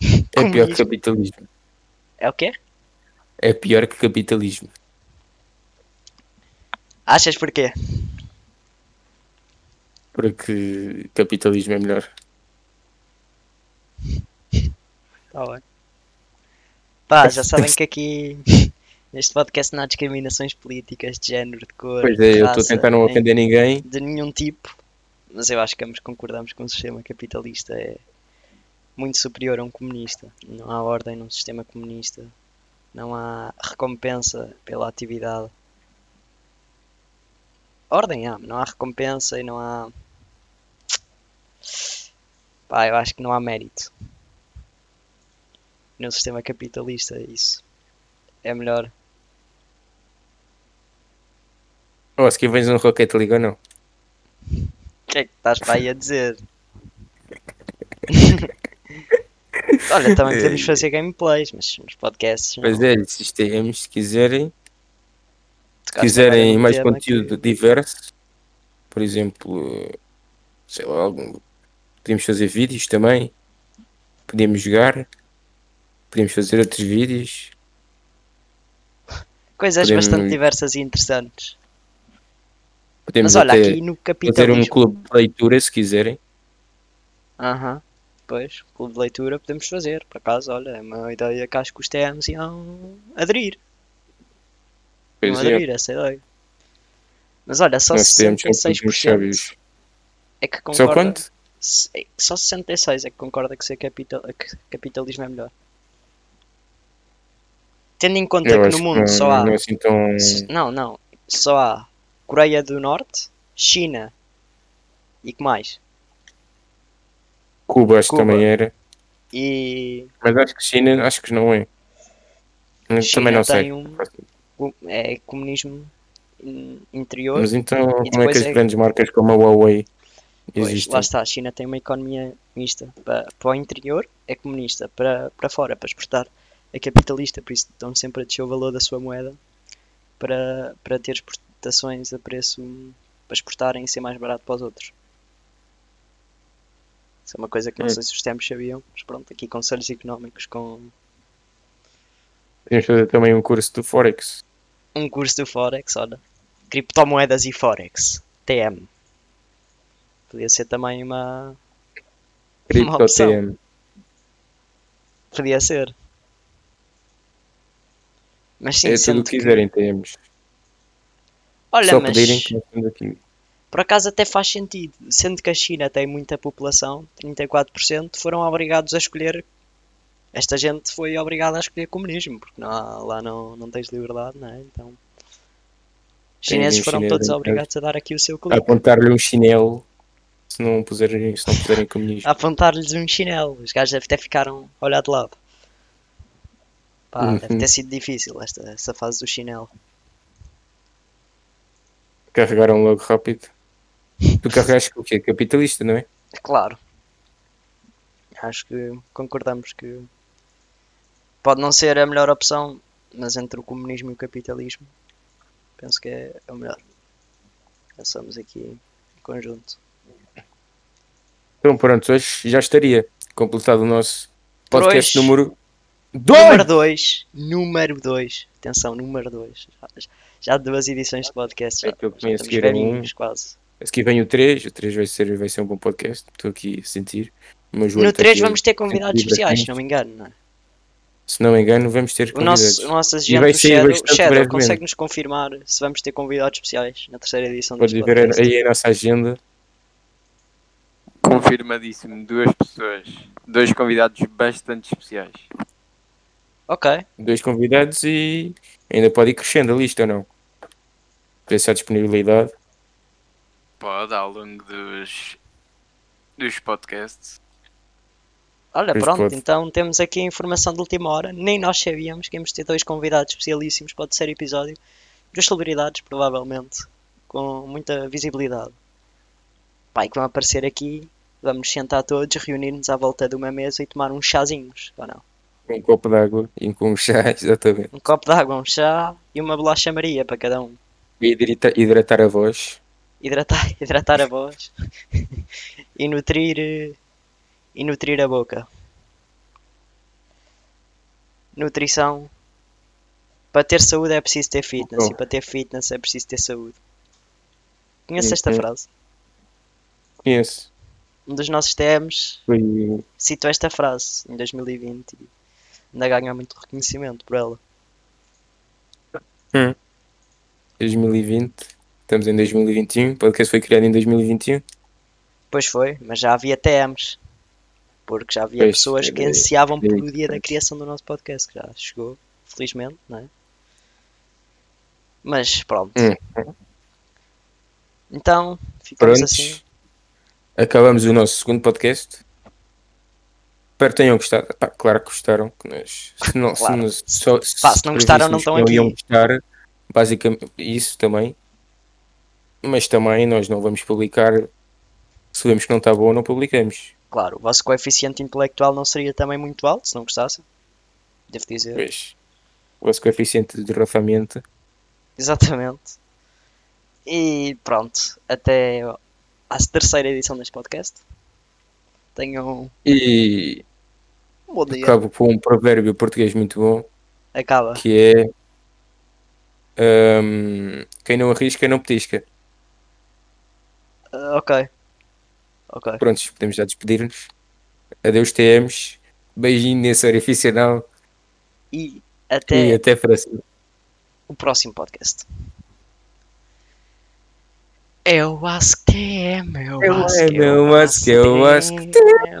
Speaker 1: é pior que
Speaker 2: Comunismo.
Speaker 1: capitalismo.
Speaker 2: É o quê?
Speaker 1: É pior que capitalismo.
Speaker 2: Achas porquê?
Speaker 1: Porque capitalismo é melhor.
Speaker 2: Tá bem. Pá, já sabem que aqui neste podcast não há discriminações políticas de género, de cor,
Speaker 1: Pois
Speaker 2: de
Speaker 1: é, eu estou a
Speaker 2: raça, né?
Speaker 1: tentar não
Speaker 2: nem
Speaker 1: ofender ninguém.
Speaker 2: de nenhum tipo, mas eu acho que ambos concordamos que um sistema capitalista é muito superior a um comunista. Não há ordem num sistema comunista, não há recompensa pela atividade. Ordem há, não há recompensa e não há. Pá, eu acho que não há mérito. No sistema capitalista, isso é melhor.
Speaker 1: Oh, se que vens no Rocket League ou não?
Speaker 2: O que é que estás para aí a dizer? Olha, também podemos fazer gameplays, mas nos podcasts. não.
Speaker 1: É. Pois é, se isto é, se quiserem,
Speaker 2: Tocaste
Speaker 1: se
Speaker 2: agora
Speaker 1: quiserem
Speaker 2: num
Speaker 1: mais
Speaker 2: tema
Speaker 1: conteúdo diverso, por exemplo, sei lá, algum, podíamos fazer vídeos também, podíamos jogar, podíamos fazer outros vídeos.
Speaker 2: que- Coisas
Speaker 1: podemos-
Speaker 2: bastante diversas e interessantes.
Speaker 1: Podemos
Speaker 2: mas olha,
Speaker 1: até
Speaker 2: aqui
Speaker 1: fazer
Speaker 2: no
Speaker 1: um
Speaker 2: capitalismo.
Speaker 1: clube de leitura se quiserem.
Speaker 2: Aham. Pois, clube de leitura podemos fazer, por acaso, olha, é uma ideia que acho que os TMs iam aderir. Iam
Speaker 1: Pois é,
Speaker 2: aderir a essa ideia. Mas olha, só
Speaker 1: nós temos sempre uns
Speaker 2: 66%
Speaker 1: sábios.
Speaker 2: é que concorda.
Speaker 1: Só quanto?
Speaker 2: se- é que Só 66 é que concorda que ser capital, que capitalismo é melhor. Tendo em conta
Speaker 1: Eu
Speaker 2: que
Speaker 1: acho
Speaker 2: no
Speaker 1: que
Speaker 2: mundo
Speaker 1: não,
Speaker 2: só há.
Speaker 1: não é assim tão-
Speaker 2: s- Não, não. Só há Coreia do Norte, China e que mais?
Speaker 1: Cuba acho que
Speaker 2: Cuba.
Speaker 1: também era,
Speaker 2: E
Speaker 1: mas acho que China acho que não é. Mas
Speaker 2: China
Speaker 1: também não
Speaker 2: tem
Speaker 1: sei.
Speaker 2: um um- é comunismo in- interior.
Speaker 1: Mas então,
Speaker 2: E
Speaker 1: como é que
Speaker 2: depois
Speaker 1: as
Speaker 2: é-
Speaker 1: grandes marcas como a Huawei
Speaker 2: Pois,
Speaker 1: existem?
Speaker 2: lá está, a China tem uma economia mista. Para, para o interior é comunista, para, para fora, para exportar, é capitalista, por isso estão sempre a descer o valor da sua moeda para, para ter exportações a preço para exportarem e ser mais barato para os outros. Isso é uma coisa que não
Speaker 1: Hum.
Speaker 2: sei se os tempos sabiam, mas pronto, aqui conselhos económicos com
Speaker 1: Podemos fazer também um curso do Forex.
Speaker 2: um curso do Forex, olha. Criptomoedas e Forex. TM. Podia ser também uma.
Speaker 1: Cripto
Speaker 2: opção.
Speaker 1: TM.
Speaker 2: Podia ser. Mas sim,
Speaker 1: É tudo o
Speaker 2: sendo
Speaker 1: que quiserem, temos.
Speaker 2: Olha,
Speaker 1: Só
Speaker 2: mas
Speaker 1: pedirem que nós estamos aqui.
Speaker 2: por acaso até faz sentido. Sendo que a China tem muita população, 34%, foram obrigados a escolher. Esta gente foi obrigada a escolher comunismo, porque não há- lá não, não tens liberdade, não é? Então. Os
Speaker 1: Tem
Speaker 2: chineses
Speaker 1: um
Speaker 2: foram
Speaker 1: chinês
Speaker 2: todos
Speaker 1: em casa.
Speaker 2: obrigados a dar aqui o seu
Speaker 1: A
Speaker 2: clique.
Speaker 1: Apontar-lhe um chinelo se não puserem, se não puserem comunismo.
Speaker 2: a apontar-lhes um chinelo. Os gajos deve- até ficaram a olhar de lado. Pá, deve
Speaker 1: Uhum.
Speaker 2: ter sido difícil esta, essa fase do chinelo.
Speaker 1: Carregaram logo rápido. Tu carregaste com o quê? Capitalista, não é?
Speaker 2: Claro. Acho que concordamos que pode não ser a melhor opção, mas entre o comunismo e o capitalismo, penso que é é o melhor. Pensamos aqui em conjunto.
Speaker 1: Então pronto, hoje já estaria completado o nosso
Speaker 2: Por
Speaker 1: podcast
Speaker 2: hoje.
Speaker 1: número
Speaker 2: Número
Speaker 1: 2.
Speaker 2: 2, número 2, atenção, número 2. Já, já duas edições de podcast, já,
Speaker 1: É que eu
Speaker 2: já
Speaker 1: conheço
Speaker 2: estamos
Speaker 1: que era um.
Speaker 2: velhinhos quase.
Speaker 1: Aqui vem o 3. O 3 vai ser, vai ser um bom podcast. Estou aqui a sentir. O meu joelho
Speaker 2: No
Speaker 1: está
Speaker 2: 3
Speaker 1: aqui.
Speaker 2: vamos ter convidados
Speaker 1: sempre
Speaker 2: especiais,
Speaker 1: livre,
Speaker 2: se não me engano. Não é?
Speaker 1: Se não me engano, vamos ter
Speaker 2: O nosso, o
Speaker 1: convidados.
Speaker 2: nosso
Speaker 1: vai
Speaker 2: agente do
Speaker 1: sair
Speaker 2: Shadow,
Speaker 1: bastante
Speaker 2: Shadow
Speaker 1: brevemente.
Speaker 2: consegue-nos confirmar se vamos ter convidados especiais na terceira edição
Speaker 1: Podes
Speaker 2: deste
Speaker 1: ver
Speaker 2: podcast.
Speaker 1: aí a nossa agenda.
Speaker 3: Confirmadíssimo, duas pessoas. Dois convidados bastante especiais.
Speaker 2: Ok,
Speaker 1: dois convidados e ainda pode ir crescendo a lista ou não? Ver se há disponibilidade.
Speaker 3: Pode, ao longo dos, dos podcasts.
Speaker 2: olha,
Speaker 1: Pois
Speaker 2: pronto,
Speaker 1: pode.
Speaker 2: então temos aqui a informação de última hora. Nem nós sabíamos que íamos ter dois convidados especialíssimos para o terceiro episódio. Duas celebridades, provavelmente. com muita visibilidade. Pai, que vão aparecer aqui, vamos nos sentar todos, reunir-nos à volta de uma mesa e tomar uns chazinhos, ou não?
Speaker 1: Com um copo d'água e com um chá, exatamente.
Speaker 2: Um copo de água, um chá e uma bolacha Maria para cada um.
Speaker 1: E hidrata- hidratar a voz.
Speaker 2: Hidratar, hidratar a voz e nutrir eh, e nutrir a boca. Nutrição. Para ter saúde é preciso ter fitness e
Speaker 1: Bom.
Speaker 2: para ter fitness é preciso ter saúde. Conheces esta
Speaker 1: Uhum.
Speaker 2: frase?
Speaker 1: Conheço.
Speaker 2: Um dos nossos TMs
Speaker 1: Foi
Speaker 2: citou esta frase em 2020 e ainda ganha muito reconhecimento por ela.
Speaker 1: 2020. Estamos em 2021. O podcast foi criado em 2021.
Speaker 2: Pois foi, mas já havia TMs. Porque já havia
Speaker 1: Pois,
Speaker 2: pessoas
Speaker 1: é
Speaker 2: que
Speaker 1: bem-
Speaker 2: ansiavam
Speaker 1: bem
Speaker 2: pelo dia da
Speaker 1: diferente.
Speaker 2: criação do nosso podcast, que já chegou, felizmente, não é? Mas pronto.
Speaker 1: Hum.
Speaker 2: Então, ficamos
Speaker 1: Prontos.
Speaker 2: assim.
Speaker 1: Acabamos o nosso segundo podcast. Espero que tenham gostado. Pá, claro que gostaram. Que nós, se não, se
Speaker 2: Claro.
Speaker 1: nos- só- se
Speaker 2: Pá, se não gostaram, não
Speaker 1: prevíssemos
Speaker 2: estão
Speaker 1: que iam
Speaker 2: aqui.
Speaker 1: gostar, basicamente, isso também. Mas também nós não vamos publicar. Se vemos que não está bom, não publicamos.
Speaker 2: Claro, o vosso coeficiente intelectual não seria também muito alto, se não gostassem. Devo dizer.
Speaker 1: Pois. O vosso coeficiente de rafamento.
Speaker 2: Exatamente. E pronto, até à terceira edição deste podcast. Tenham
Speaker 1: E
Speaker 2: um bom dia.
Speaker 1: acabo com um provérbio português muito bom.
Speaker 2: Acaba.
Speaker 1: que é hum, quem não arrisca não petisca.
Speaker 2: Ah, ok. Ok.
Speaker 1: Prontos, podemos já despedir-nos. Adeus, TMs. Beijinho nesse orifício anal
Speaker 2: E
Speaker 1: e é-
Speaker 2: até
Speaker 1: até para cima.
Speaker 2: o próximo podcast. Eu acho que é, meu.
Speaker 1: Eu
Speaker 2: acho
Speaker 1: é,
Speaker 2: que
Speaker 1: meu,
Speaker 2: eu
Speaker 1: acho que eu acho que
Speaker 2: é.